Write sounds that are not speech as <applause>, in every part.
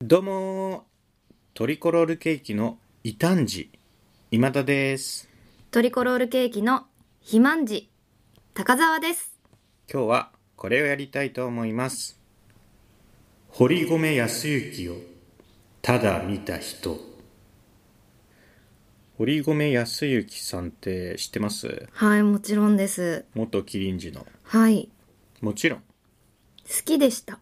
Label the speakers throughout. Speaker 1: どうもートリコロールケーキの異端児今田です
Speaker 2: トリコロールケーキの肥満児高澤です
Speaker 1: 今日はこれをやりたいと思います堀米康之をただ見た人堀米康之さんって知ってます
Speaker 2: はいもちろんです
Speaker 1: 元キリンジの
Speaker 2: はい
Speaker 1: もちろん
Speaker 2: 好きでした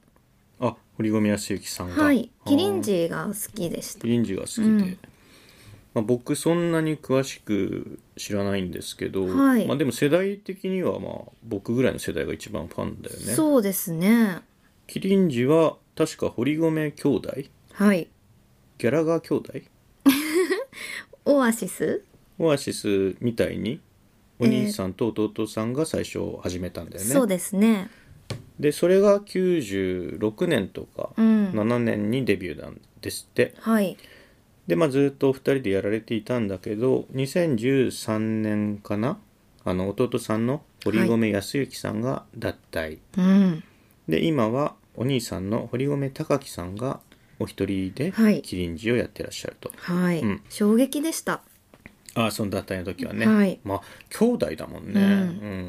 Speaker 1: あ堀米康之さんが
Speaker 2: はい
Speaker 1: あー
Speaker 2: キリンジが好きでした
Speaker 1: キリンジが好きで、
Speaker 2: うん
Speaker 1: まあ、僕そんなに詳しく知らないんですけど、
Speaker 2: はい
Speaker 1: まあ、でも世代的にはまあ僕ぐらいの世代が一番ファンだよね
Speaker 2: そうですね
Speaker 1: キリンジは確か堀米兄弟
Speaker 2: はい
Speaker 1: ギャラガー兄弟
Speaker 2: オアシス
Speaker 1: オアシスみたいにお兄さんと弟さんが最初始めたんだよね、
Speaker 2: そうですね
Speaker 1: でそれが96年とか
Speaker 2: うん
Speaker 1: 7年にデビューなんですって、
Speaker 2: はい
Speaker 1: でまあずっとお二人でやられていたんだけど2013年かなあの弟さんの堀米康之さんが脱退、
Speaker 2: うん
Speaker 1: で今はお兄さんの堀米貴樹さんがお一人で
Speaker 2: はい
Speaker 1: キリンジをやってらっしゃると、
Speaker 2: はい、
Speaker 1: うん
Speaker 2: 衝撃でした
Speaker 1: ああその脱退の時はね、
Speaker 2: はい
Speaker 1: まあ兄弟だもんね、う
Speaker 2: うんん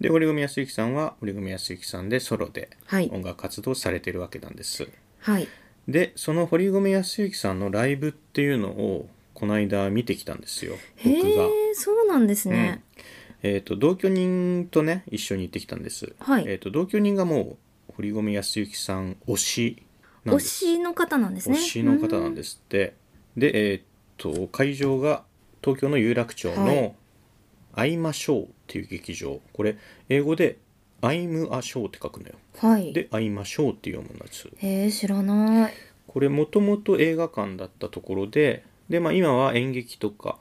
Speaker 1: で堀米康之さんは堀米康之さんでソロで
Speaker 2: はい
Speaker 1: 音楽活動をされてるわけなんです、
Speaker 2: はい
Speaker 1: でその堀米康之さんのライブっていうのをこの間見てきたんですよ
Speaker 2: へ
Speaker 1: 僕が。
Speaker 2: えそうなんですね、
Speaker 1: えー、と同居人とね一緒に行ってきたんです、
Speaker 2: はい
Speaker 1: えー、と同居人がもう堀米康之さん推しなん
Speaker 2: 推
Speaker 1: です
Speaker 2: しの方なんですね
Speaker 1: 推しの方なんですって、で、えー、と会場が東京の有楽町
Speaker 2: は
Speaker 1: の
Speaker 2: い
Speaker 1: 「会いましょう」っていう劇場これ英語で「I'm a show」って書くのよ
Speaker 2: うんはい
Speaker 1: で「会いましょう」って読むんです
Speaker 2: へえ知らない
Speaker 1: これもともと映画館だったところでで、まあ、今は演劇とか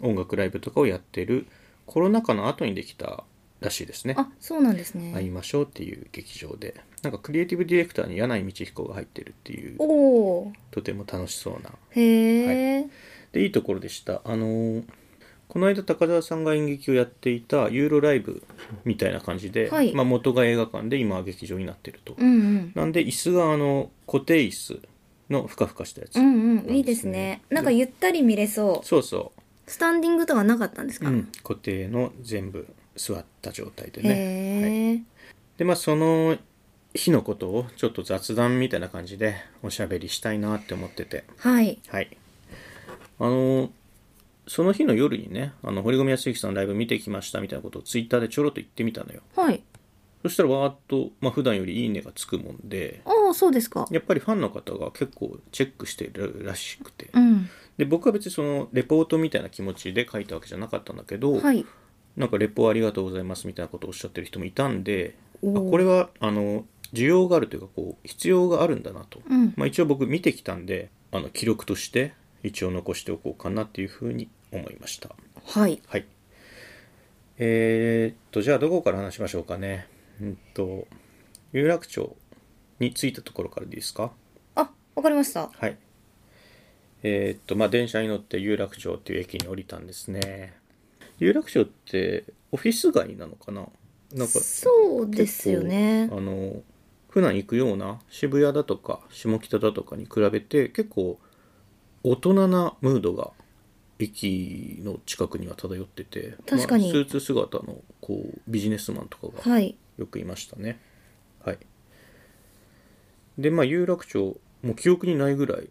Speaker 1: 音楽ライブとかをやってるコロナ禍の後にできたらしいですね
Speaker 2: あそうなんです
Speaker 1: 会い
Speaker 2: ね
Speaker 1: ましょうっていう劇場でなんかクリエイティブディレクターに柳井道彦が入ってるっていう
Speaker 2: おお
Speaker 1: とても楽しそうな
Speaker 2: へえ、
Speaker 1: でいいところでしたあのーこの間高澤さんが演劇をやっていたユーロライブみたいな感じで、
Speaker 2: はい
Speaker 1: まあ、元が映画館で今は劇場になってると、
Speaker 2: うんうん
Speaker 1: なんで椅子があの固定椅子のふかふかしたやつ、
Speaker 2: うん
Speaker 1: す
Speaker 2: う
Speaker 1: ね
Speaker 2: ん、いいですね。なんかゆったり見れそう。
Speaker 1: そうそ
Speaker 2: スタンディングとかなかったんです
Speaker 1: う、
Speaker 2: か。
Speaker 1: うん固定の全部座った状態で
Speaker 2: へ
Speaker 1: ね
Speaker 2: え、
Speaker 1: でまあその日のことをちょっと雑談みたいな感じでおしゃべりしたいなって思ってて
Speaker 2: はい、
Speaker 1: はいあのその日の夜にねあの堀米康之さんのライブ見てきましたみたいなことをツイッターでちょろっと言ってみたのよ
Speaker 2: はい、
Speaker 1: そしたらわーっと、まあ普段よりいいねがつくもんで
Speaker 2: ああ、そうですか。
Speaker 1: やっぱりファンの方が結構チェックしてるらしくて
Speaker 2: うん、
Speaker 1: で僕は別にそのレポートみたいな気持ちで書いたわけじゃなかったんだけど、
Speaker 2: はい、
Speaker 1: なんかレポありがとうございますみたいなことをおっしゃってる人もいたんであ
Speaker 2: おー
Speaker 1: これはあの需要があるというかこう必要があるんだなと、
Speaker 2: うん、
Speaker 1: まあ、一応僕見てきたんであの記録として一応残しておこうかなっていうふうに思いました
Speaker 2: はい、
Speaker 1: はいえー、っとじゃあどこから話しましょうかねうんと有楽町に着いたところからでいいですか
Speaker 2: あ、わかりました。
Speaker 1: はいえー、っとまあ電車に乗って有楽町っていう駅に降りたんですね有楽町ってオフィス街なのかななんか
Speaker 2: そうですよね
Speaker 1: 結。構あの普段行くような渋谷だとか下北だとかに比べて結構大人なムードが駅の近くには漂ってて
Speaker 2: 確かに
Speaker 1: まあスーツ姿のこうビジネスマンとかが
Speaker 2: はい、
Speaker 1: よくいましたねはいでまあ有楽町もう記憶にないぐらい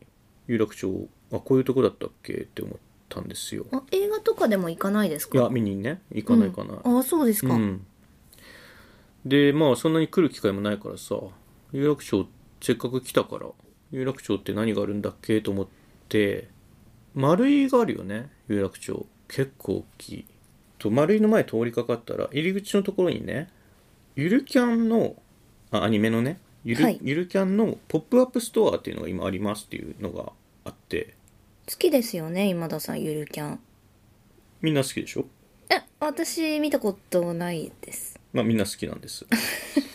Speaker 1: 有楽町あこういうとこだったっけって思ったんですよ
Speaker 2: あ、映画とかでも行かないです
Speaker 1: い
Speaker 2: か。
Speaker 1: や見にね行かないかな、
Speaker 2: うん、ああ、そうですか。
Speaker 1: うん、でまあそんなに来る機会もないからさ有楽町せっかく来たから有楽町って何があるんだっけと思って丸井があるよね有楽町結構大きいと丸井の前通りかかったら入り口のところにねゆるキャンのあアニメのねゆる,、
Speaker 2: はい
Speaker 1: ゆるキャンのポップアップストアっていうのが今ありますっていうのがあって
Speaker 2: 好きですよね、今田さん、ゆるキャン。
Speaker 1: みんな好きでしょ
Speaker 2: え、私見たことないです。
Speaker 1: まあみんな好きなんです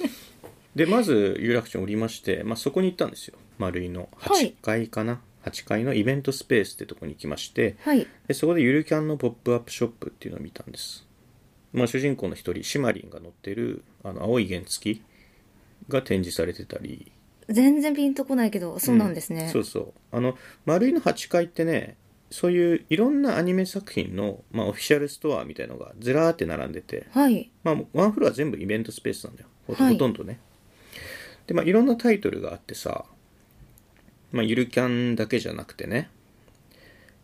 Speaker 2: <laughs>
Speaker 1: でまず有楽町に降りまして、まあ、そこに行ったんですよ丸井の
Speaker 2: はい
Speaker 1: 8階かな、8階のイベントスペースってとこに行きまして
Speaker 2: はい、
Speaker 1: でそこでゆるキャンのポップアップショップっていうのを見たんです、まあ、主人公の一人シマリンが乗ってるあの青い原付が展示されてたり
Speaker 2: 全然ピンとこないけど、そうなんですね。
Speaker 1: そうそうあの丸井の8階ってねそういういろんなアニメ作品の、まあ、オフィシャルストアみたいのがずらーって並んでて、
Speaker 2: はい。
Speaker 1: まあ、ワンフロア全部イベントスペースなんだよほ,、
Speaker 2: はい
Speaker 1: ほとんどねでまあいろんなタイトルがあってさ、まあ、ゆるキャンだけじゃなくてね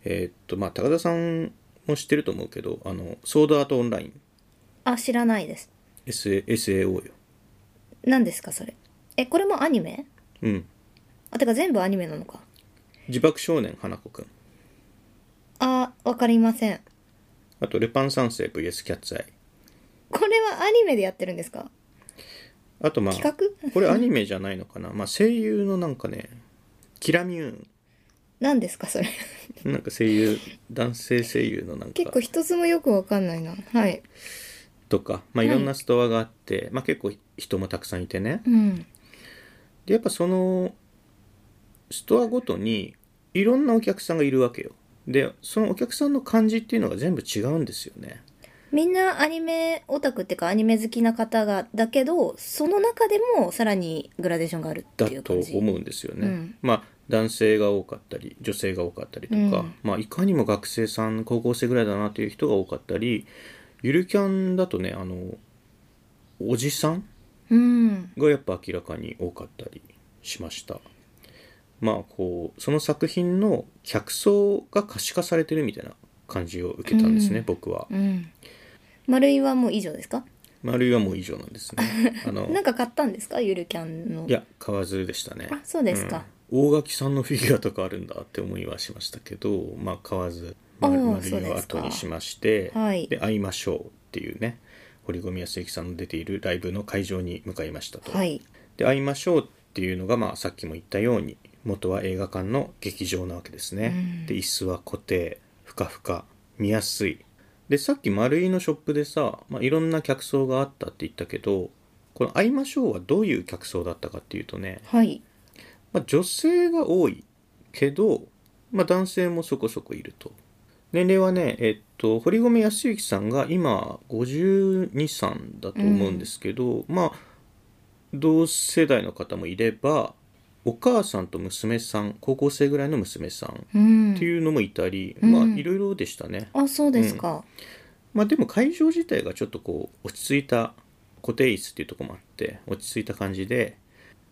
Speaker 1: えーっとまあ高田さんも知ってると思うけどあのソードアートオンライン
Speaker 2: あ、知らないです。
Speaker 1: SA SAO よ
Speaker 2: 何ですか、それ。え、これもアニメ
Speaker 1: うん
Speaker 2: あ、てか全部アニメなのか。
Speaker 1: 自爆少年花子くん
Speaker 2: あ、わかりません。
Speaker 1: あとルパン三世 VS キャッツアイ
Speaker 2: これはアニメでやってるんですか
Speaker 1: あとまあ
Speaker 2: 企画
Speaker 1: これアニメじゃないのかな、まあ、声優のなんかねキラミュ
Speaker 2: 何ですか、それ。 <laughs>
Speaker 1: ーンなんか声優男性声優のなん
Speaker 2: 結
Speaker 1: か
Speaker 2: 構一つもよくわかんないな。はい。
Speaker 1: とか、まあ、いろんなストアがあって、まあ、結構人もたくさんいてね
Speaker 2: うん。
Speaker 1: でやっぱそのストアごとにいろんなお客さんがいるわけよでそのお客さんの感じっていうのが全部違うんですよね
Speaker 2: みんなアニメオタクっていうかアニメ好きな方がだけどその中でもさらにグラデーションがあるって
Speaker 1: だ
Speaker 2: いう
Speaker 1: と
Speaker 2: 感じ
Speaker 1: 思うんですよね、
Speaker 2: うん
Speaker 1: まあ男性が多かったり女性が多かったりとか、
Speaker 2: うん
Speaker 1: まあ、いかにも学生さん高校生ぐらいだなという人が多かったりゆるキャンだとねあのおじさん
Speaker 2: うん
Speaker 1: がやっぱ明らかに多かったりしましたまあこうその作品の客層が可視化されてるみたいな感じを受けたんですね、
Speaker 2: うん
Speaker 1: 僕は
Speaker 2: うん丸いはもう以上ですか
Speaker 1: 丸いはもう以上なんです
Speaker 2: <laughs>
Speaker 1: ねあの
Speaker 2: なんか買ったんですかゆるキャンの
Speaker 1: いや買わずでしたね
Speaker 2: あそうですか、
Speaker 1: うん大垣さんのフィギュアとかあるんだって思いはしましたけどまあ買わず
Speaker 2: あー
Speaker 1: 丸丸い
Speaker 2: そ
Speaker 1: は
Speaker 2: うですか
Speaker 1: 後にしまして
Speaker 2: はい
Speaker 1: で会いましょうっていうね堀米康之さんの出ているライブの会場に向かいましたと、
Speaker 2: はい
Speaker 1: で会いましょうっていうのが、まあ、さっきも言ったように元は映画館の劇場なわけですね、
Speaker 2: うん
Speaker 1: で椅子は固定ふかふか見やすいでさっき丸井のショップでさ、まあ、いろんな客層があったって言ったけどこの「会いましょう」はどういう客層だったかっていうとね、
Speaker 2: はい
Speaker 1: まあ、女性が多いけど、まあ、男性もそこそこいると年齢はねえっと堀米康之さんが今523だと思うんですけど、まあ同世代の方もいればお母さんと娘さん高校生ぐらいの娘さんっ
Speaker 2: うん
Speaker 1: ていうのもいたり、
Speaker 2: うん
Speaker 1: まあ
Speaker 2: うん
Speaker 1: いろいろでしたね、
Speaker 2: あそうですか、
Speaker 1: まあでも会場自体がちょっとこう落ち着いた固定椅子っていうところもあって落ち着いた感じで、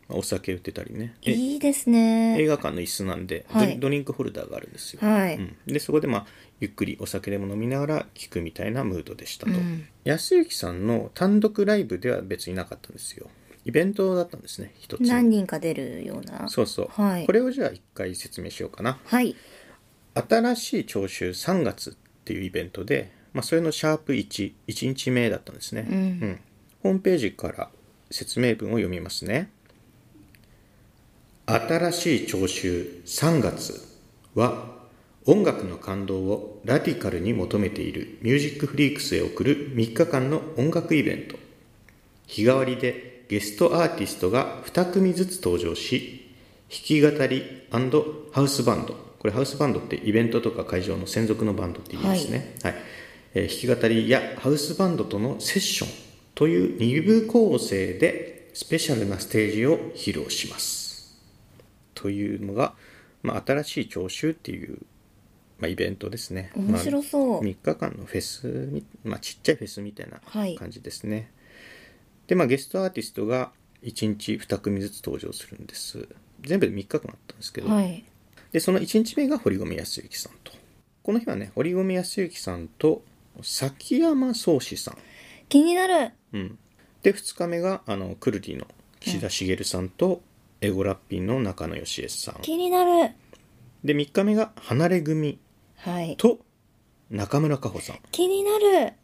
Speaker 1: まあお酒売ってたりねえ
Speaker 2: いいです
Speaker 1: 映
Speaker 2: ね
Speaker 1: 画館の椅子なんで、
Speaker 2: はい
Speaker 1: ドリドリンクホルダーがあるんですよ、
Speaker 2: はい、
Speaker 1: うん、でそこでまあゆっくりお酒でも飲みながら聴くみたいなムードでしたと、
Speaker 2: うん
Speaker 1: 安幸さんの単独ライブでは別になかったんですよイベントだったんですね一つ
Speaker 2: 何人か出るような
Speaker 1: そうそう、
Speaker 2: はい
Speaker 1: これをじゃあ一回説明しようかな
Speaker 2: はい
Speaker 1: 新しい聴衆3月っていうイベントで、まあ、それのシャープ11日目だったんですね、
Speaker 2: うん
Speaker 1: うんホームページから説明文を読みますね新しい聴衆3月は音楽の感動をラディカルに求めているミュージックフリークスへ送る3日間の音楽イベント日替わりでゲストアーティストが2組ずつ登場し弾き語りハウスバンドこれハウスバンドってイベントとか会場の専属のバンドって意味ですね、はいえー弾き語りやハウスバンドとのセッションという2部構成でスペシャルなステージを披露しますというのが、まあ、新しい聴衆っていう、まあ、イベントですね
Speaker 2: 面白そう、
Speaker 1: 3日間のフェスみ、まあ、ちっちゃいフェスみたいな
Speaker 2: はい
Speaker 1: 感じですね、でまあゲストアーティストが1日2組ずつ登場するんです全部で3日間あったんですけど、
Speaker 2: はい
Speaker 1: でその1日目が堀米康之さんとこの日はね堀米康之さんと崎山壮志さん
Speaker 2: 気になる
Speaker 1: うん、で2日目があのクルリの岸田茂さんと、エゴラッピンの中野義恵さん
Speaker 2: 気になる
Speaker 1: で3日目が離れ組
Speaker 2: はい
Speaker 1: と中村佳穂さん
Speaker 2: 気になる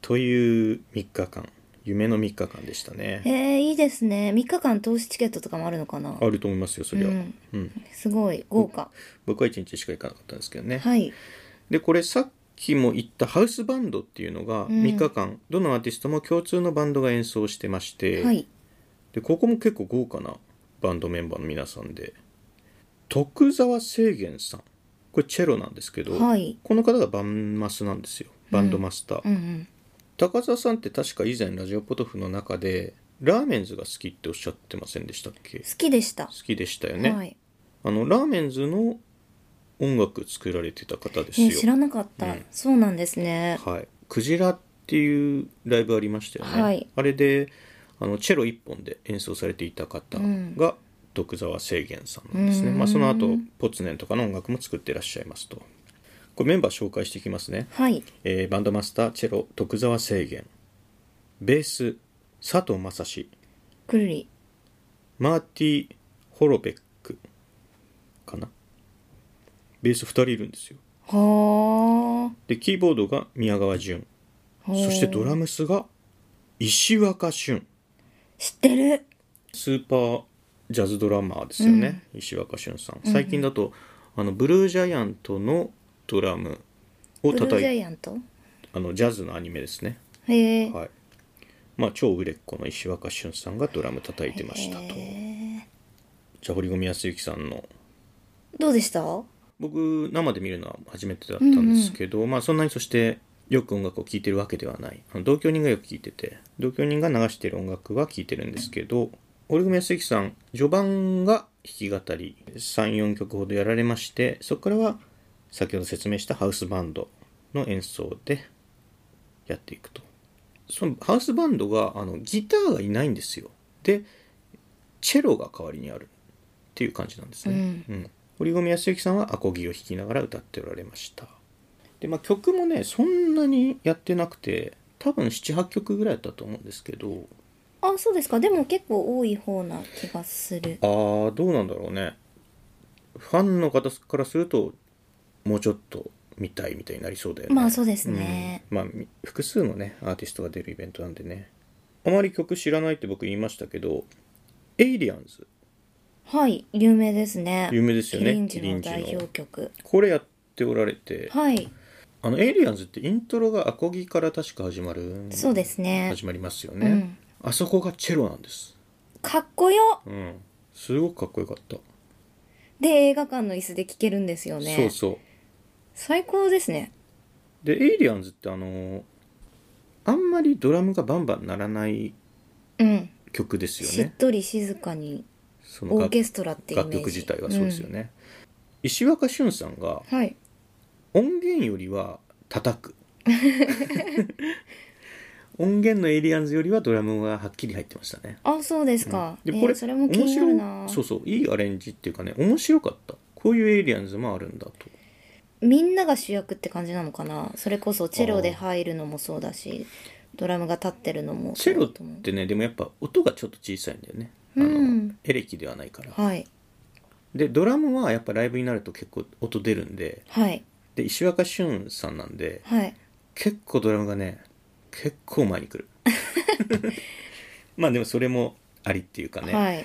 Speaker 1: という3日間夢の3日間でしたね
Speaker 2: えー、いいですね3日間投資チケットとかもあるのかな
Speaker 1: あると思いますよそりゃ、
Speaker 2: う
Speaker 1: うんん
Speaker 2: すごい豪華、
Speaker 1: 僕は1日しか行かなかったんですけどね、
Speaker 2: はい
Speaker 1: でこれさっきも言ったハウスバンドっていうのが
Speaker 2: うん
Speaker 1: 3日間、どのアーティストも共通のバンドが演奏してまして、
Speaker 2: はい
Speaker 1: でここも結構豪華なバンドメンバーの皆さんで徳澤清源さんこれチェロなんですけど、
Speaker 2: はい
Speaker 1: この方がバンマスなんですよバンドマスター、
Speaker 2: うんうん
Speaker 1: 高澤さんって確か以前ラジオポトフの中でラーメンズが好きっておっしゃってませんでしたっけ
Speaker 2: 好きでした
Speaker 1: 好。きでしたよね、
Speaker 2: はい。
Speaker 1: あのラーメンズの音楽作られてた方です
Speaker 2: え
Speaker 1: よ、
Speaker 2: ー知らなかった、
Speaker 1: うん
Speaker 2: そうなんですね。
Speaker 1: はい、クジラっていうライブありましたよね、
Speaker 2: はい
Speaker 1: あれであのチェロ1本で演奏されていた方
Speaker 2: うん
Speaker 1: が徳沢清源さんなんですね、
Speaker 2: うん
Speaker 1: まあ、その後ポツネンとかの音楽も作ってらっしゃいますとこれメンバー紹介していきますね、
Speaker 2: はい。
Speaker 1: えーバンドマスターチェロ徳沢清源ベース佐藤正史
Speaker 2: くるり。
Speaker 1: マーティー・ホロベックかなベース2人いるんですよ
Speaker 2: はー
Speaker 1: でキーボードが宮川淳
Speaker 2: はー
Speaker 1: そしてドラムスが石若俊
Speaker 2: 知ってる。
Speaker 1: スーパージャズドラマーですよね、石若俊さん最近だと、あのブルージャイアントのドラムを
Speaker 2: ブルー
Speaker 1: 叩
Speaker 2: ジャ
Speaker 1: いて
Speaker 2: イアント。
Speaker 1: あのジャズのアニメですね
Speaker 2: へえ。
Speaker 1: はいまあ超売れっ子の石若俊さんがドラム叩いてましたと
Speaker 2: へ
Speaker 1: じゃあ堀米康之さんの
Speaker 2: ーどうでした？は
Speaker 1: 僕生で見るのは初めてだったんですけど、まあそんなにそしてよく音楽を聴いてるわけではないあの同居人がよく聴いてて同居人が流してる音楽は聴いてるんですけど堀米康之さん序盤が弾き語り34曲ほどやられましてそこからは先ほど説明したハウスバンドの演奏でやっていくとそのハウスバンドがあのギターがいないんですよでチェロが代わりにあるっていう感じなんですね、うん堀米康之さんはアコギを弾きながら歌っておられましたで、まあ、曲もねそんなにやってなくて多分78曲ぐらいだったと思うんですけど
Speaker 2: あ、そうですか。でも結構多い方な気がする。
Speaker 1: あーどうなんだろうねファンの方からするともうちょっと見たいみたいになりそうだよね
Speaker 2: まあそうですね
Speaker 1: うんまあみ複数のねアーティストが出るイベントなんでねあまり曲知らないって僕言いましたけどエイリアンズ
Speaker 2: はい、有名ですね。
Speaker 1: 有名ですよね
Speaker 2: キリンジの
Speaker 1: キリン
Speaker 2: 代
Speaker 1: ジの
Speaker 2: 表曲。
Speaker 1: これやっておられて
Speaker 2: はい、
Speaker 1: あのエイリアンズってイントロがアコギから確か始まる
Speaker 2: そうですね。
Speaker 1: 始まりますよ
Speaker 2: う
Speaker 1: ね、
Speaker 2: ん、
Speaker 1: あそこがチェロなんです
Speaker 2: かっこよ。
Speaker 1: うんすごくかっこよかった、
Speaker 2: で映画館の椅子で聴けるんですよね。
Speaker 1: そうそう
Speaker 2: 最高ですね。
Speaker 1: でエイリアンズってあのーあんまりドラムがバンバン鳴らない
Speaker 2: うん。
Speaker 1: 曲ですよ
Speaker 2: しっ
Speaker 1: ね
Speaker 2: とり静かに
Speaker 1: その
Speaker 2: オー
Speaker 1: 楽
Speaker 2: ケストラってイメー
Speaker 1: 楽
Speaker 2: ジ
Speaker 1: 曲自体はそうですよ、ね、石若俊さんが
Speaker 2: うんはい
Speaker 1: 音源よりは叩
Speaker 2: <laughs>
Speaker 1: く音源のエイリアンズよりはドラムがはっきり入ってましたね
Speaker 2: あそうですか、
Speaker 1: で
Speaker 2: えー
Speaker 1: これ、
Speaker 2: それも気になる
Speaker 1: 面
Speaker 2: な
Speaker 1: 白いそうそういいアレンジっていうかね面白かったこういうエイリアンズもあるんだと
Speaker 2: みんなが主役って感じなのかなそれこそチェロで入るのもそうだしドラムが立ってるのも
Speaker 1: チェロ
Speaker 2: そうだと思う
Speaker 1: ってねでもやっぱ音がちょっと小さいんだよね、
Speaker 2: うん
Speaker 1: エレキではないから、
Speaker 2: はい
Speaker 1: でドラムはやっぱライブになると結構音出るんで
Speaker 2: はい
Speaker 1: で石若俊さんなんで
Speaker 2: はい
Speaker 1: 結構ドラムがね結構前に
Speaker 2: <laughs>
Speaker 1: 来るまあでもそれもありっていうかね、
Speaker 2: はい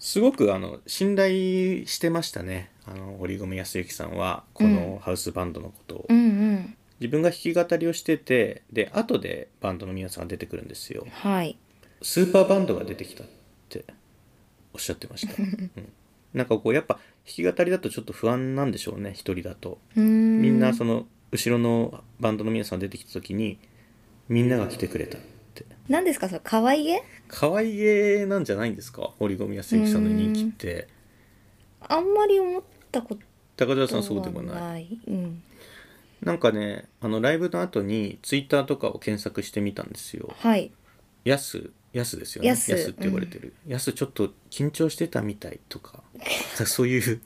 Speaker 1: すごくあの信頼してましたねあの堀米康之さんはこ
Speaker 2: う
Speaker 1: の
Speaker 2: ん
Speaker 1: ハウスバンドのことを、
Speaker 2: うんうん
Speaker 1: 自分が弾き語りをしててで後でバンドの皆さんが出てくるんですよ
Speaker 2: はい
Speaker 1: スーパーバンドが出てきたっておっしゃってました、
Speaker 2: <laughs>
Speaker 1: うん、なんかこうやっぱ弾き語りだとちょっと不安なんでしょうね一人だと
Speaker 2: うーん
Speaker 1: みんなその後ろのバンドの皆さんが出てきた時にみんなが来てくれたって
Speaker 2: 何ですかそれ可愛げ
Speaker 1: 可愛げなんじゃないんですか堀米康之さんの人気って
Speaker 2: あんまり思ったこと
Speaker 1: 高田さ
Speaker 2: は
Speaker 1: んそうでもない
Speaker 2: ない、うん、
Speaker 1: なんかねあのライブの後にツイッターとかを検索してみたんですよ
Speaker 2: はい
Speaker 1: やすやすですよねや
Speaker 2: や
Speaker 1: す
Speaker 2: す
Speaker 1: って呼ばれてるやす、ちょっと緊張してたみたいとかそういう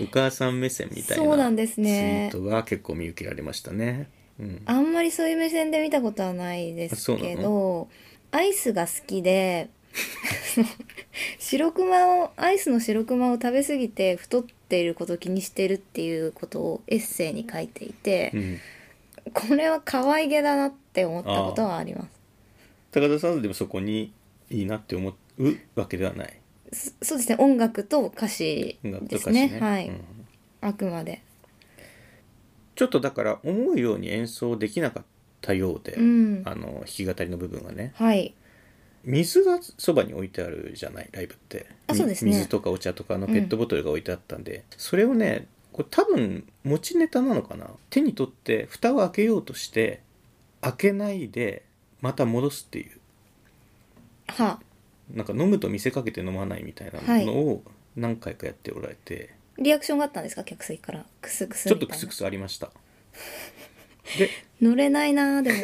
Speaker 1: お母さん目線みたいな
Speaker 2: そうなんですね
Speaker 1: ツイートは結構見受けられましたね、うん、
Speaker 2: あんまりそういう目線で見たことはないです
Speaker 1: あそう
Speaker 2: け
Speaker 1: な
Speaker 2: どアイスが好きで <laughs> 白クマをアイスの白クマを食べ過ぎて太っていることを気にしてるっていうことをエッセイに書いていて、
Speaker 1: うん、
Speaker 2: これは可愛げだなって思ったことはありま
Speaker 1: 高田さんでもそこにいいなって思うわけではない
Speaker 2: すそそうですね音楽と歌詞
Speaker 1: 音楽と
Speaker 2: で
Speaker 1: か
Speaker 2: す
Speaker 1: し
Speaker 2: ね
Speaker 1: ね
Speaker 2: はい、
Speaker 1: うん
Speaker 2: あくまで
Speaker 1: ちょっとだから思うように演奏できなかったようで、
Speaker 2: うん
Speaker 1: あの弾き語りの部分がね
Speaker 2: はい
Speaker 1: 水がそばに置いてあるじゃないライブって
Speaker 2: あ
Speaker 1: み
Speaker 2: そうですね
Speaker 1: 水とかお茶とかのペットボトルが置いてあったんで、それをねこれ多分持ちネタなのかな手に取って蓋を開けようとして開けないでまた戻すっていう
Speaker 2: は
Speaker 1: なんか飲むと見せかけて飲まないみたいなのを何回かやっておられて、
Speaker 2: リアクションがあったんですか客席からクスクス
Speaker 1: ちょっと
Speaker 2: み
Speaker 1: ク
Speaker 2: たい
Speaker 1: ス
Speaker 2: な
Speaker 1: クスありましたで
Speaker 2: 乗れないなーでも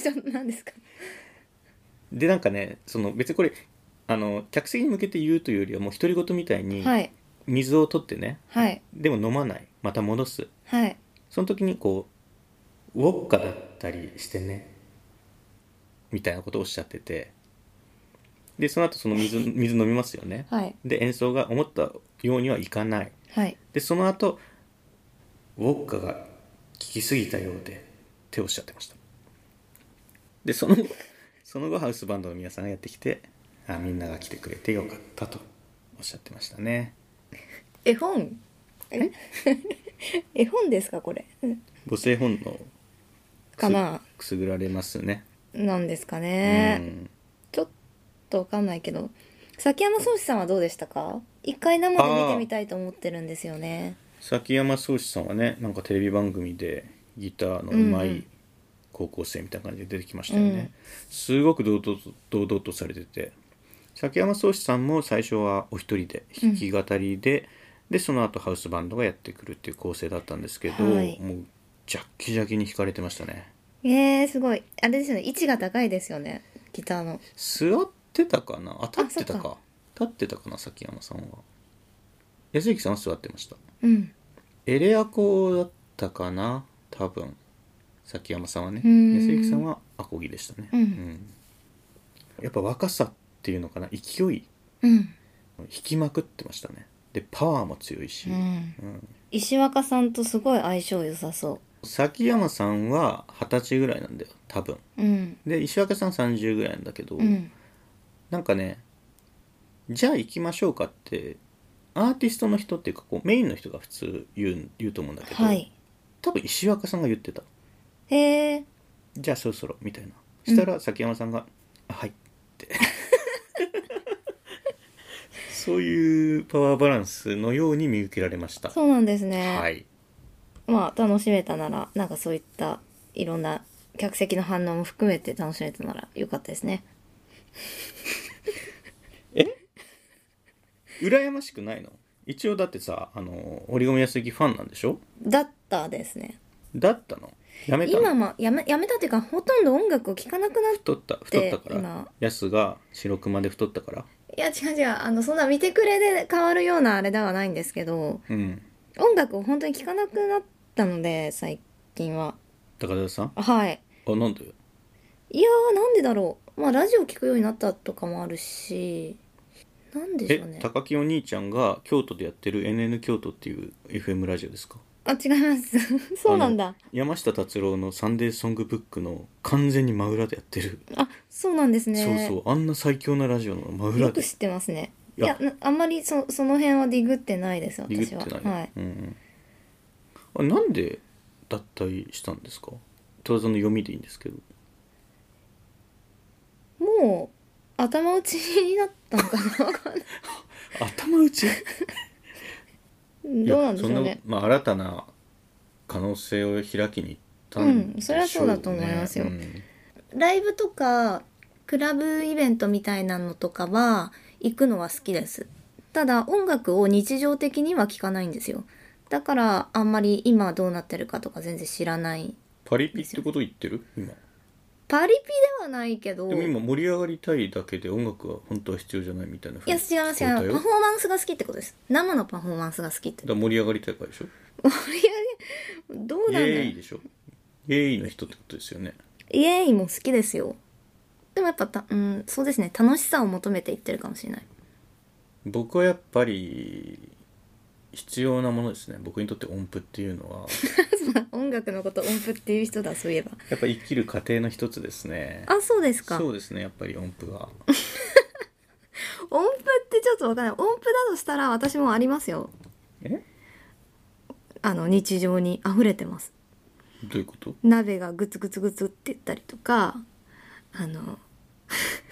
Speaker 2: ちょっと何ですか
Speaker 1: でなんかねその別にこれあの客席に向けて言うというよりはもう独り言みたいに
Speaker 2: はい
Speaker 1: 水を取ってね、
Speaker 2: はい
Speaker 1: でも飲まないまた戻す
Speaker 2: はい
Speaker 1: その時にこうウォッカだったりしてねみたいなことをおっしゃっててでその後その
Speaker 2: <laughs>
Speaker 1: 水水飲みますよね
Speaker 2: はい
Speaker 1: で演奏が思ったようにはいかない
Speaker 2: はい
Speaker 1: でその後ウォッカが効きすぎたようでっておっしゃってましたでその後その後ハウスバンドの皆さんがやってきてあみんなが来てくれてよかったとおっしゃってましたね
Speaker 2: 絵本 <laughs> 絵本ですかこれうん
Speaker 1: 母性本能く
Speaker 2: か
Speaker 1: す
Speaker 2: な
Speaker 1: くすぐられますね、
Speaker 2: なんですかね、
Speaker 1: うん
Speaker 2: ちょっとわかんないけど崎山壮志さんはどうでしたか一回生で見てみたいと思ってるんですよね
Speaker 1: 崎山壮志さんはねなんかテレビ番組でギターの上
Speaker 2: うんう
Speaker 1: 手い
Speaker 2: ん
Speaker 1: 高校生みたいな感じで出てきましたよね、
Speaker 2: うん
Speaker 1: すごく堂々と堂々とされてて崎山壮志さんも最初はお一人で弾き語りで、でその後ハウスバンドがやってくるっていう構成だったんですけど、
Speaker 2: はい
Speaker 1: もうジャッキジャキに弾かれてましたね
Speaker 2: えー、すごいあれですよね位置が高いですよねギターの
Speaker 1: 座ってたかなあ立ってた
Speaker 2: あそっ
Speaker 1: か立ってたかな崎山さんは安行さんは座ってました
Speaker 2: うん
Speaker 1: エレアコだったかな多分崎山さんはね
Speaker 2: うーん
Speaker 1: 安行さんはアコギでしたね、
Speaker 2: うん
Speaker 1: うんやっぱ若さっていうのかな勢い
Speaker 2: うん、
Speaker 1: 引きまくってましたねでパワーも強いし、
Speaker 2: うん、
Speaker 1: うん
Speaker 2: 石若さんとすごい相性良さそ
Speaker 1: 崎山さんは二十歳ぐらいなんだよ多分
Speaker 2: ううん
Speaker 1: で石若さん30ぐらいなんだけど、
Speaker 2: うん
Speaker 1: なんかねじゃあ行きましょうかってアーティストの人っていうかこうメインの人が普通言う言うと思うんだけど、
Speaker 2: はい
Speaker 1: 多分石若さんが言ってた
Speaker 2: へえ
Speaker 1: じゃあそろそろみたいなしたら崎山さんが「あはい」ってそういうパワーバランスのように見受けられました
Speaker 2: そうなんですね、
Speaker 1: はい
Speaker 2: まあ楽しめたならなんかそういったいろんな客席の反応も含めて楽しめたなら良かったですね
Speaker 1: 羨ましくないの一応だってさあの堀米康之ファンなんでしょ
Speaker 2: だったですね
Speaker 1: だったのやめたの
Speaker 2: 今まやめやめたっていうかほとんど音楽を聴かなくなっ
Speaker 1: 太った太ったか
Speaker 2: 今
Speaker 1: らやすが白熊で太ったから
Speaker 2: いや違う違うあのそんな見てくれで変わるようなあれではないんですけど
Speaker 1: うん
Speaker 2: 音楽を本当に聴かなくなったので最近は
Speaker 1: 高田さん
Speaker 2: はい
Speaker 1: あなんで
Speaker 2: いやーなんでだろうまあラジオ聴くようになったとかもあるしなんでしょう
Speaker 1: え
Speaker 2: ね
Speaker 1: 高木お兄ちゃんが京都でやってる NN 京都っていう FM ラジオですか
Speaker 2: あ違います <laughs> そうなんだ
Speaker 1: 山下達郎の「サンデーソングブック」の完全に真裏でやってる、
Speaker 2: あそうなんですね
Speaker 1: そうそうあんな最強なラジオの真裏
Speaker 2: よ
Speaker 1: で
Speaker 2: く知ってますね
Speaker 1: い
Speaker 2: い
Speaker 1: や
Speaker 2: やなあんまりそその辺はディグってないです
Speaker 1: リグっ
Speaker 2: 私
Speaker 1: て
Speaker 2: は
Speaker 1: ない、
Speaker 2: はい
Speaker 1: うんうん、あなんで脱退したんですか戸田さんの読みでいいんですけど
Speaker 2: もう頭打ちになったのかな <laughs> わかんない
Speaker 1: 頭打ち
Speaker 2: <laughs> どうなんでしょう
Speaker 1: いや
Speaker 2: ね
Speaker 1: そんな、まあ、新たな可能性を開きに行った
Speaker 2: うんそれはそうだと思いますよ
Speaker 1: ん
Speaker 2: ライブとかクラブイベントみたいなのとかは行くのは好きですただ音楽を日常的には聴かないんですよだからあんまり今どうなってるかとか全然知らない
Speaker 1: パリピってこと言ってる今
Speaker 2: パリピではないけど
Speaker 1: でも今盛り上がりたいだけで音楽は本当は必要じゃないみたいない
Speaker 2: や違います違います
Speaker 1: だ
Speaker 2: パ
Speaker 1: か
Speaker 2: フォーマンスが好きってことです生のパフォーマンスが好きって
Speaker 1: ら盛り上がりたいからでしょ
Speaker 2: どう
Speaker 1: イ
Speaker 2: なんだろう
Speaker 1: エーイでしょイエーイの人ってことですよね
Speaker 2: イエーイも好きですよでもやっぱたうんそうですね楽しさを求めていってるかもしれない <laughs>
Speaker 1: 僕はやっぱり必要なものですね僕にとって音符っていうのは
Speaker 2: 音楽のこと音符っていう人だそういえば
Speaker 1: やっぱ生きる過程の一つですね
Speaker 2: あそうですか
Speaker 1: そうですねやっぱり音符は
Speaker 2: 音符ってちょっとわかんない音符だとしたら私もありますよ
Speaker 1: えど
Speaker 2: あの日常に溢れてます
Speaker 1: ういうこと
Speaker 2: 鍋がグツグツグツって言ったりとかあの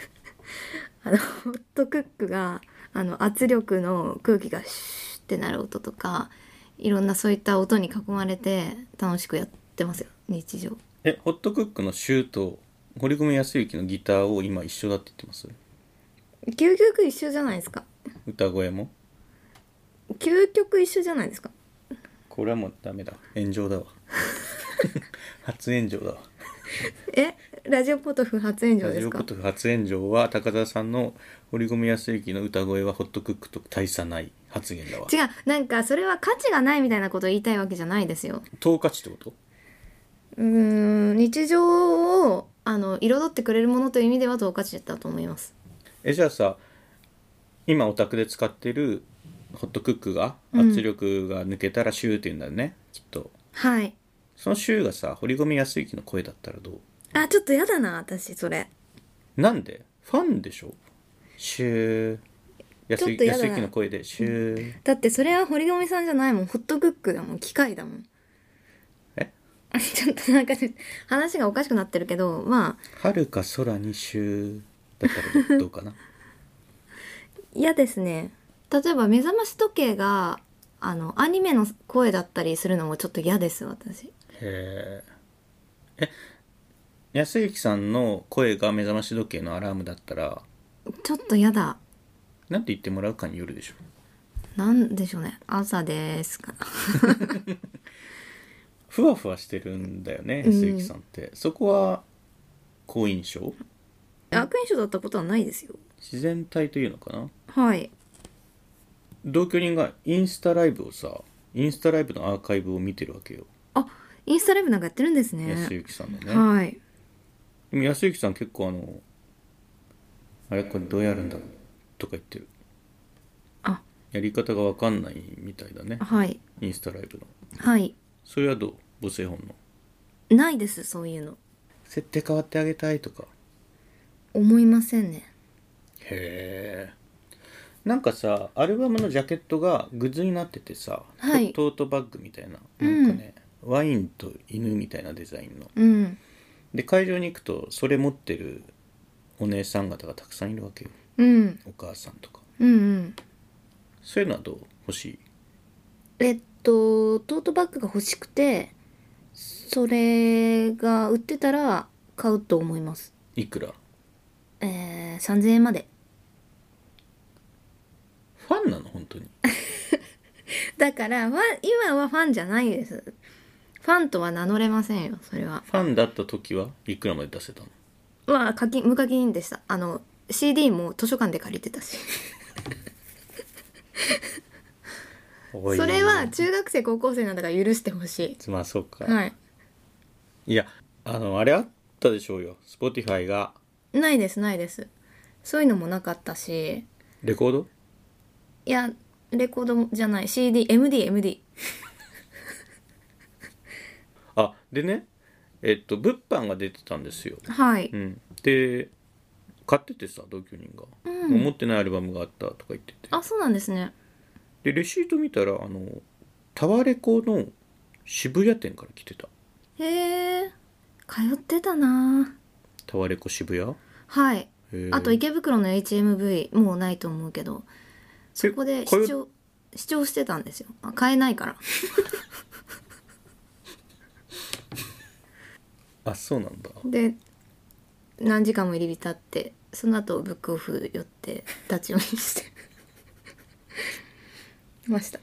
Speaker 2: <laughs> あのホットクックがあの圧力の空気がシュッってなる音とかいろんなそういった音に囲まれて楽しくやってますよ日常
Speaker 1: えホットクックのシューと堀米康之のギターを今一緒だって言ってます
Speaker 2: 究極一緒じゃないですか
Speaker 1: 歌声も
Speaker 2: 究極一緒じゃないですか
Speaker 1: これはもうダメだ炎上だわ <laughs> 初炎上だわ
Speaker 2: えラジオポトフ発炎上
Speaker 1: ラ
Speaker 2: で
Speaker 1: ジ
Speaker 2: す
Speaker 1: オ
Speaker 2: か
Speaker 1: ポトフ初炎上は高田さんの堀米康之の歌声はホットクックと大差ない発言だわ
Speaker 2: 違うなんかそれは価値がないみたいなことを言いたいわけじゃないですよ
Speaker 1: 統括ってこと
Speaker 2: うーん日常をあの彩ってくれるものという意味ではどうか値だと思います
Speaker 1: えじゃあさ今オタクで使ってるホットクックが
Speaker 2: うん
Speaker 1: 圧力が抜けたらシューって言うんだよね、きっと
Speaker 2: はい
Speaker 1: そのシューがさ堀米康之の声だったらどう
Speaker 2: あちょっとやだな私それ
Speaker 1: なんでファンでしょシュー
Speaker 2: ち
Speaker 1: 康
Speaker 2: ょっ
Speaker 1: 之
Speaker 2: とやだな
Speaker 1: 康之の声でシュー
Speaker 2: だってそれは堀米さんじゃないもんホットクックだもん機械だもん
Speaker 1: え
Speaker 2: あ <laughs> ちょっとなんかね話がおかしくなってるけどまあ
Speaker 1: はるか空にシューだったらどどうかな
Speaker 2: 嫌ですね例えば目覚まし時計があのアニメの声だったりするのもちょっと嫌です私
Speaker 1: へーえ康之さんの声が目覚まし時計のアラームだったら
Speaker 2: ちょっと嫌だ
Speaker 1: なんて言ってもらうかによるでしょ
Speaker 2: なんでしょうね朝ですか
Speaker 1: ふわふわしてるんだよね
Speaker 2: うん
Speaker 1: 鈴木さんって、そこは好印象
Speaker 2: 悪印象だったことはないですよ
Speaker 1: 自然体というのかな
Speaker 2: はい
Speaker 1: 同居人がインスタライブをさインスタライブのアーカイブを見てるわけよ、
Speaker 2: あインスタライブなんかやってるんです
Speaker 1: 安
Speaker 2: ね
Speaker 1: 幸さんのね、
Speaker 2: はい
Speaker 1: でも安幸さん結構あのあれこれどうやるんだとか言ってる
Speaker 2: あ
Speaker 1: やり方が分かんないみたいだね
Speaker 2: はい
Speaker 1: インスタライブの
Speaker 2: はい
Speaker 1: それはどう母性本能
Speaker 2: ないですそういうの
Speaker 1: 設定変わってあげたいとか
Speaker 2: 思いませんね
Speaker 1: へえんかさアルバムのジャケットがグッズになっててさ、
Speaker 2: はい
Speaker 1: トトートバッグみたいななんかね、ワインと犬みたいなデザインの
Speaker 2: うん
Speaker 1: で会場に行くとそれ持ってるお姉さん方がたくさんいるわけよ
Speaker 2: うん
Speaker 1: お母さんとか
Speaker 2: うんうん
Speaker 1: そういうのはどう欲しい
Speaker 2: えっとトートバッグが欲しくてそれが売ってたら買うと思います
Speaker 1: いくら
Speaker 2: えー、3000円まで
Speaker 1: ファンなの本当に
Speaker 2: だからファン今はファンじゃないですファンとは名乗れませんよそれは
Speaker 1: ファンだった時はいくらまで出せたの
Speaker 2: まあ課金無課金でしたあの CD も図書館で借りてたし
Speaker 1: おい
Speaker 2: それは中学生高校生なんだから許してほし
Speaker 1: まあそうか、
Speaker 2: いはい
Speaker 1: い、やあのあれあったでしょうよ Spotify が
Speaker 2: ないですないですそういうのもなかったし
Speaker 1: レコード
Speaker 2: いやレコードじゃない CDMDMD
Speaker 1: あでねえっと物販が出てたんですよ、
Speaker 2: はい、
Speaker 1: うん、で買っててさ同居人が、
Speaker 2: うん
Speaker 1: 持ってないアルバムがあったとか言ってて
Speaker 2: あそうなんですね
Speaker 1: でレシート見たらあのタワレコの渋谷店から来てた
Speaker 2: へえ通ってたな
Speaker 1: タワレコ渋谷
Speaker 2: はい
Speaker 1: へー
Speaker 2: あと池袋の HMV もうないと思うけどそこで
Speaker 1: これ
Speaker 2: 視聴視聴してたんですよあ買えないから
Speaker 1: あそうなんだ
Speaker 2: で何時間も入り浸ってその後ブックオフ寄って立ち読みして <laughs> ました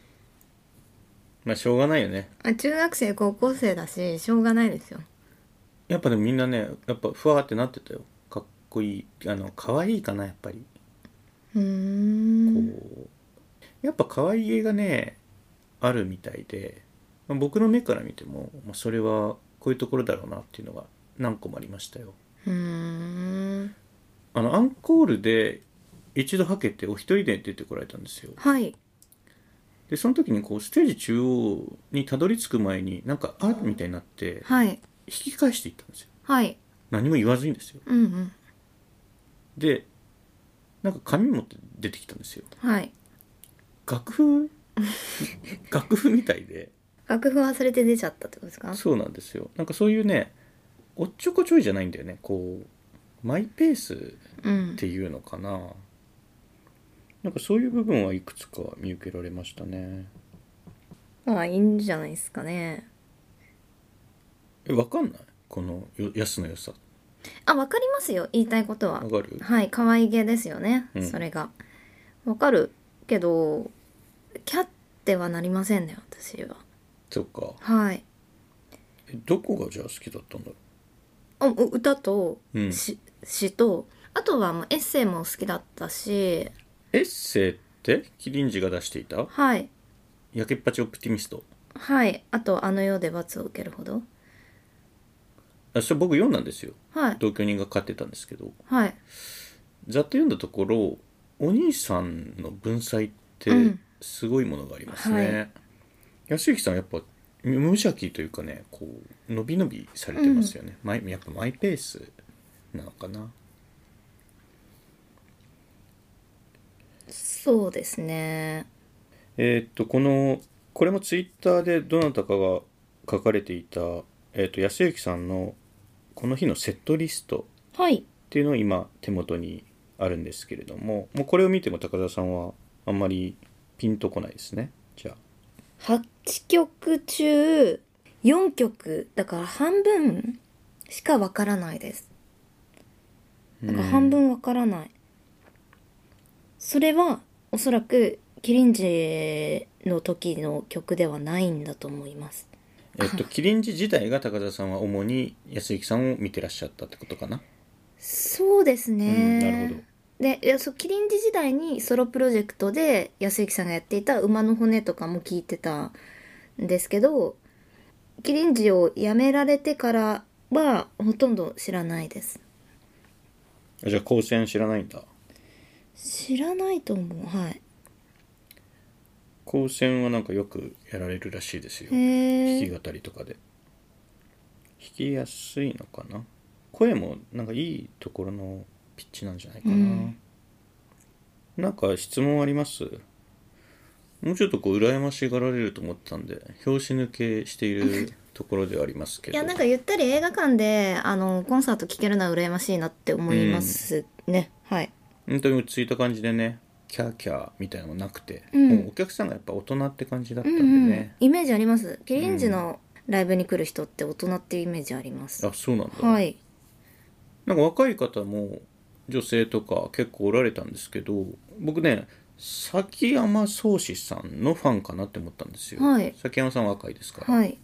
Speaker 1: まあしょうがないよね
Speaker 2: あ中学生高校生だししょうがないですよ
Speaker 1: やっぱでもみんなねやっぱふわーってなってたよかっこいいあの可愛いかなやっぱり
Speaker 2: うー
Speaker 1: こうんやっぱ可愛い映画ねあるみたいで、まあ僕の目から見ても、まあ、それはこういうところだろうなっていうのが何個もありましたよ
Speaker 2: うーん
Speaker 1: あのアンコールで一度はけてお一人で出てこられたんですよ
Speaker 2: はい
Speaker 1: でその時にこうステージ中央にたどり着く前になんか「あみたいになって
Speaker 2: はい
Speaker 1: 引き返していったんですよ
Speaker 2: はい
Speaker 1: 何も言わずにですよ
Speaker 2: うんうん
Speaker 1: でなんか紙持って出てきたんですよ
Speaker 2: はい
Speaker 1: 楽譜 <laughs> 楽譜みたいで
Speaker 2: 楽譜忘れて出ちゃったってことですか
Speaker 1: そうなんですよなんかそういうねおっちょこちょいじゃないんだよねこうマイペースっ
Speaker 2: うん
Speaker 1: ていうのかななんかそういう部分はいくつか見受けられましたね
Speaker 2: まあいいんじゃないですかね
Speaker 1: えわかんないこのよ安の良さ
Speaker 2: あわかりますよ言いたいことは
Speaker 1: わかる
Speaker 2: はい可愛げですよね、
Speaker 1: うん
Speaker 2: それがわかるけどキャってはなりませんね私は
Speaker 1: そっか
Speaker 2: はい
Speaker 1: えどこがじゃあ好きだったんだろ
Speaker 2: おお歌と
Speaker 1: う、うん、
Speaker 2: 詩詩とあとはもうエッセイも好きだったし
Speaker 1: エッセイってキリンジが出していた
Speaker 2: はい
Speaker 1: やけっぱちオプティミスト
Speaker 2: はいあと「あの世で罰を受けるほど」
Speaker 1: あそれ僕読んだんですよ
Speaker 2: はい
Speaker 1: 同居人が買ってたんですけど
Speaker 2: はい
Speaker 1: ざっと読んだところお兄さんの文才って
Speaker 2: うん
Speaker 1: すごいものがありますね、
Speaker 2: は
Speaker 1: 安行さんはやっぱ無無邪気というかねこう伸び伸びされてますよね、マイやっぱマイペースなのかな
Speaker 2: そうですね
Speaker 1: えーっとこのこれもツイッターでどなたかが書かれていた、えーっと安行さんのこの日のセットリスト
Speaker 2: はい
Speaker 1: っていうのを今手元にあるんですけれどももうこれを見ても高田さんはあんまりピンとこないですねじゃあ
Speaker 2: 8曲中4曲だから半分しかわからないですなんか半分わからない、それはおそらくキリンジの時の曲ではないんだと思います
Speaker 1: えっと、キリンジ自体が高田さんは主に安行さんを見てらっしゃったってことかな。
Speaker 2: そうですね、
Speaker 1: うんなるほど
Speaker 2: でいやそうキリンジ時代にソロプロジェクトで安行さんがやっていた「馬の骨」とかも聞いてたんですけどキリンジを辞められてからはほとんど知らないです
Speaker 1: あじゃあ高専知らないんだ。
Speaker 2: 知らないと思うはい
Speaker 1: 高専はなんかよくやられるらしいですよ。
Speaker 2: へ
Speaker 1: 弾
Speaker 2: え
Speaker 1: き語りとかで。弾きやすいのかな。声もなんかいいところのピッチなんじゃないかな。
Speaker 2: うん
Speaker 1: なんか質問ありますもうちょっとこう羨ましがられると思ってたんで、拍子抜けしているところではありますけ
Speaker 2: い
Speaker 1: ど。
Speaker 2: <laughs> やなんかゆったり映画館であのコンサート聴けるのは羨ましいなって思いますね、はい
Speaker 1: 本当に落ち着いた感じでねキャーキャーみたいなのもなくて、
Speaker 2: うん
Speaker 1: もうお客さんがやっぱ大人って感じだった
Speaker 2: うんん
Speaker 1: で
Speaker 2: うん
Speaker 1: ね、
Speaker 2: イメージありますキリンジのライブに来る人って大人っていうイメージあります、
Speaker 1: あそうなんだ、
Speaker 2: はい
Speaker 1: なんか若い方も女性とか結構おられたんですけど僕ね崎山壮志さんのファンかなって思ったんですよ、
Speaker 2: はい
Speaker 1: 崎山さんは若いですから、
Speaker 2: はい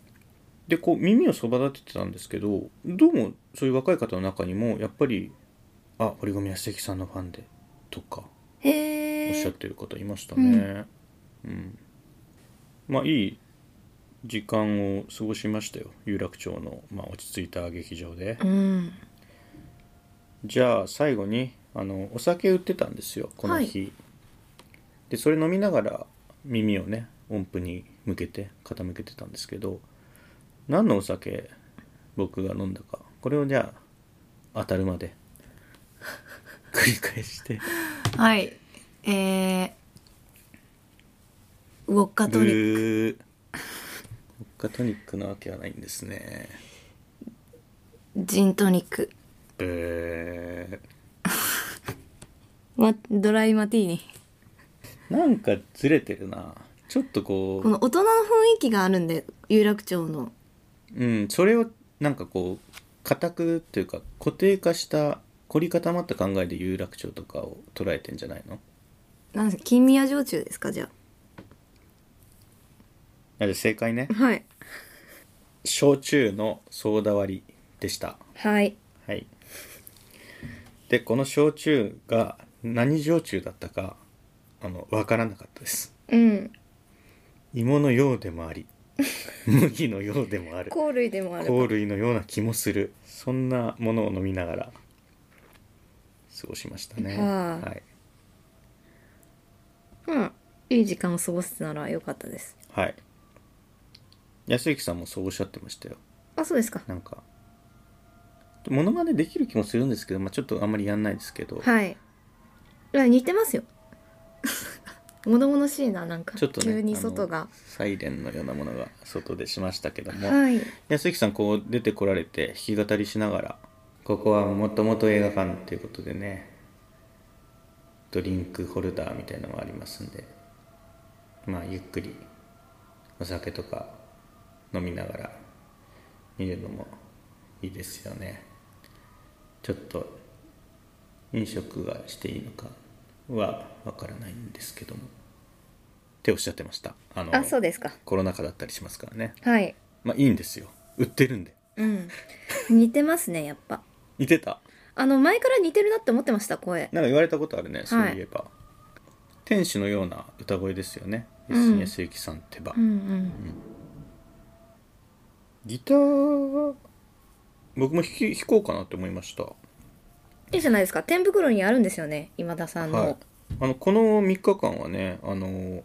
Speaker 1: でこう耳をそば立ててたんですけどどうもそういう若い方の中にもやっぱり「あ堀米康関さんのファンで」とか
Speaker 2: へ
Speaker 1: おっしゃっ
Speaker 2: え。
Speaker 1: てる方いましたね、うんまあいい時間を過ごしましたよ有楽町の、まあ、落ち着いた劇場で、
Speaker 2: うん。
Speaker 1: じゃあ最後にあのお酒売ってたんですよこの日、でそれ飲みながら耳をね音符に向けて傾けてたんですけど何のお酒僕が飲んだかこれをじゃあ当たるまで繰り返して
Speaker 2: はい。えー、ウォッカトリッ
Speaker 1: ッ
Speaker 2: ク。
Speaker 1: ク。ウォッカトニックなわけはないんですね。
Speaker 2: ジントニック。
Speaker 1: ブ
Speaker 2: ま、ドライマティーニ。
Speaker 1: ー。なんかずれてるな。ちょっとこう、
Speaker 2: この大人の雰囲気があるんで、有楽町の。
Speaker 1: うん、それをなんかこう、固くというか固定化した、凝り固まった考えで有楽町とかを捉えてんじゃないの
Speaker 2: なんですか、金宮焼酎ですか、じゃ
Speaker 1: なので正解ね
Speaker 2: あ。。はい。
Speaker 1: 焼酎のソーダ割りでした。
Speaker 2: はい。
Speaker 1: はい。で、この焼酎が何焼酎だったか、あの、わからなかったです。
Speaker 2: うん。
Speaker 1: 芋のようでも
Speaker 2: <laughs>
Speaker 1: あり麦のようでもある
Speaker 2: 香類でもあ
Speaker 1: 香
Speaker 2: る。
Speaker 1: 類のような気もするそんなものを飲みながら過ごしましたね
Speaker 2: はい
Speaker 1: はい、
Speaker 2: うん。いい時間を過ごせたなら良かったです。
Speaker 1: はい、安行さんもそうおっしゃってましたよ
Speaker 2: あ、そうですか。
Speaker 1: なんかモノマネできる気もするんですけど、まあ、ちょっとあんまりやんないですけど、
Speaker 2: はい。いや似てますよ。 <laughs> 物々しいな、なんか。
Speaker 1: ちょっとね
Speaker 2: 急に
Speaker 1: あの
Speaker 2: 外が。
Speaker 1: サイレンのようなものが外でしましたけども、
Speaker 2: はい。
Speaker 1: 安行さんこう出てこられて弾き語りしながらここはもともと映画館っていうことでねドリンクホルダーみたいなのがありますんでまあゆっくりお酒とか飲みながら見るのもいいですよねちょっと飲食がしていいのかはわからないんですけどもっておっしゃってましたあの
Speaker 2: あそうですか
Speaker 1: コロナ禍だったりしますからね
Speaker 2: はい
Speaker 1: まあいいんですよ売ってるんで
Speaker 2: うん似てますねやっぱ
Speaker 1: 似てた
Speaker 2: あの前から似てるなって思ってました声
Speaker 1: なんか言われたことあるねそういえば、天使のような歌声ですよね吉根聖輝さんってば、
Speaker 2: うんうん
Speaker 1: ギターは僕も弾き弾こうかなって思いました
Speaker 2: いいじゃないですか天袋にあるんですよね今田さんの、
Speaker 1: はい、あのこの3日間はねあの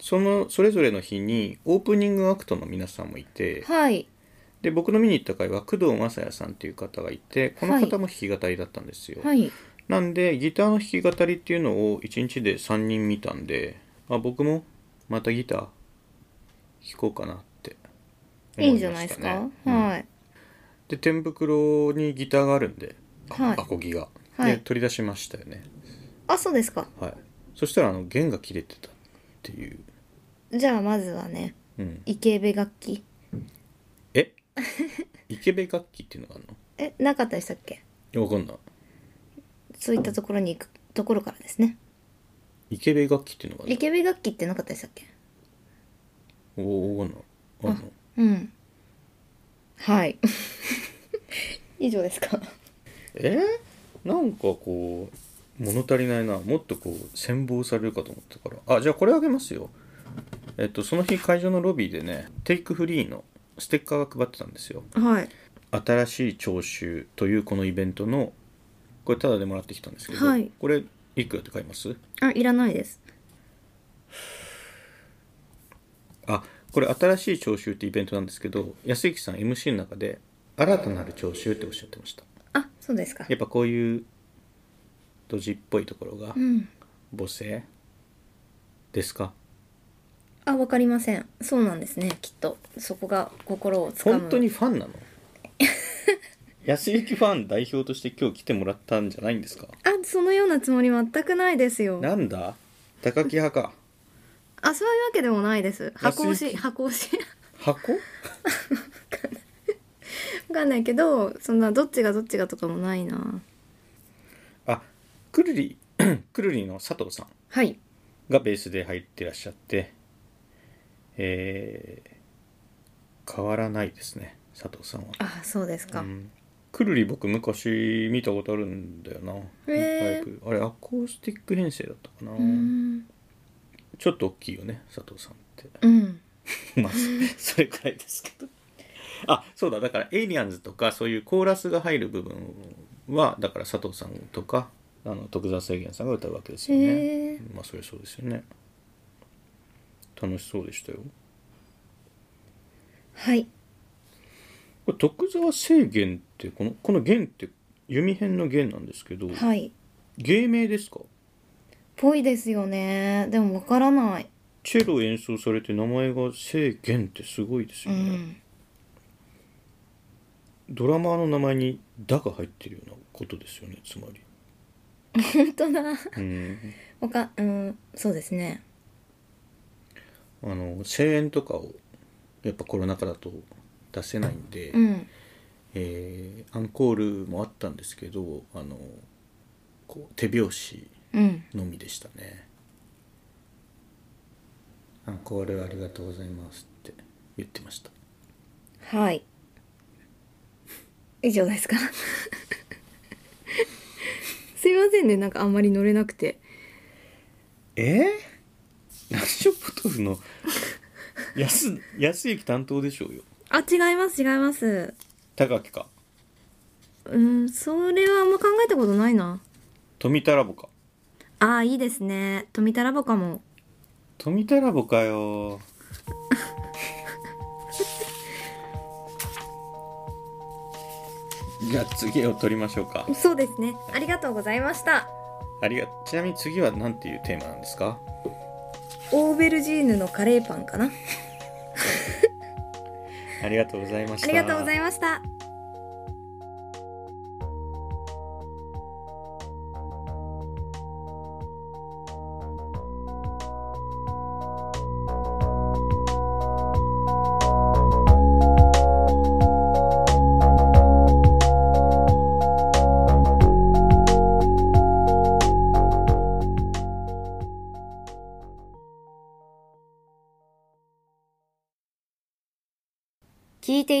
Speaker 1: そのそれぞれの日にオープニングアクトの皆さんもいて
Speaker 2: はい
Speaker 1: で僕の見に行った回は工藤雅也さんっていう方がいてこの方も弾き語りだったんですよ、
Speaker 2: はい
Speaker 1: なんでギターの弾き語りっていうのを1日で3人見たんであ僕もまたギター弾こうかなって
Speaker 2: いいんじゃないですか、
Speaker 1: うん
Speaker 2: はい
Speaker 1: で天袋にギターがあるんで、
Speaker 2: はい
Speaker 1: アコギが、
Speaker 2: はい
Speaker 1: で取り出しましたよね
Speaker 2: あそうですか
Speaker 1: はいそしたらあの弦が切れてたっていう、
Speaker 2: じゃあまずはね
Speaker 1: うん、
Speaker 2: イケベ楽器 <laughs>
Speaker 1: えイケベ楽器っていうのがある
Speaker 2: えなかったでしたっけ
Speaker 1: のわかんない
Speaker 2: そういったところに行くところからですね
Speaker 1: イケベ楽器っていうのがある
Speaker 2: イケベ楽器ってなかったでしたっけ
Speaker 1: のおわかんないあんの
Speaker 2: うんはい <laughs> 以上ですか
Speaker 1: えなんかこう物足りないなもっとこう羨望されるかと思ったからあじゃあこれあげますよえっとその日会場のロビーでねテイクフリーのステッカーが配ってたんですよ
Speaker 2: はい
Speaker 1: 新しい聴衆というこのイベントのこれタダでもらってきたんですけど、
Speaker 2: はい
Speaker 1: これいくらで買います
Speaker 2: あいらないです
Speaker 1: あこれ新しい聴衆ってイベントなんですけど安行さん MC の中で新たなる聴衆っておっしゃってました
Speaker 2: あそうですか
Speaker 1: やっぱこういうドジっぽいところが
Speaker 2: うん
Speaker 1: 母性ですか
Speaker 2: あわかりませんそうなんですねきっとそこが心をつかむ
Speaker 1: 本当にファンなの <laughs> 安行ファン代表として今日来てもらったんじゃないんですか
Speaker 2: あそのようなつもり全くないですよ
Speaker 1: なんだ高木派か
Speaker 2: あそういうわけでもないです箱
Speaker 1: 安
Speaker 2: 押
Speaker 1: い
Speaker 2: し箱押し <laughs>
Speaker 1: 箱
Speaker 2: わかんないけどそんなどっちがどっちがとかもないな
Speaker 1: あくるり <clears throat> くるりの佐藤さん
Speaker 2: はい
Speaker 1: がベースで入ってらっしゃってえー変わらないですね佐藤さんは
Speaker 2: あそうですか、
Speaker 1: うんくるり僕昔見たことあるんだよな、
Speaker 2: へー
Speaker 1: ライブあれアコースティック編成だったかな、
Speaker 2: うーん
Speaker 1: ちょっと大きいよね佐藤さんっ
Speaker 2: う
Speaker 1: て
Speaker 2: ん
Speaker 1: <laughs>
Speaker 2: <laughs>
Speaker 1: まあそそれくらいですけどあそうだだからエイリアンズとかそういうコーラスが入る部分はだから佐藤さんとかあの徳澤制限さんが歌うわけですよ
Speaker 2: へ
Speaker 1: ね
Speaker 2: ー
Speaker 1: まあそれそうですよね楽しそうでしたよ
Speaker 2: はい
Speaker 1: これ徳澤制限ってこのこの弦って弓編の弦なんですけど、
Speaker 2: はい
Speaker 1: 芸名ですか
Speaker 2: ぽいですよねでもわからない
Speaker 1: チェロ演奏されて名前が聖玄ってすごいです
Speaker 2: う
Speaker 1: よね、
Speaker 2: ん
Speaker 1: ドラマーの名前に「だ」が入ってるようなことですよねつまり
Speaker 2: 本当だ
Speaker 1: うん
Speaker 2: わかうんそうですね
Speaker 1: あの声援とかをやっぱコロナ禍だと出せないんで、
Speaker 2: うん
Speaker 1: えーアンコールもあったんですけどあのこう手拍子
Speaker 2: うん
Speaker 1: のみでしたね「アンコールありがとうございます」って言ってました
Speaker 2: はい以上ですか <laughs> すいませんねなんかあんまり乗れなくて
Speaker 1: えー、ラジオポトフの <laughs> 安安行担当でしょうよ
Speaker 2: あ違います違います
Speaker 1: 高木か
Speaker 2: うんそれはあんま考えたことないな
Speaker 1: 富田ラボか
Speaker 2: ああいいですね富田ラボかも
Speaker 1: 富田ラボか
Speaker 2: <laughs>
Speaker 1: よじゃあ次を取りましょうか
Speaker 2: そうですねありがとうございました
Speaker 1: ありがちなみに次は何ていうテーマなんですか
Speaker 2: オーベルジーヌのカレーパンかな
Speaker 1: ありがとうございまし
Speaker 2: あ
Speaker 1: た
Speaker 2: りがとうございました聞いて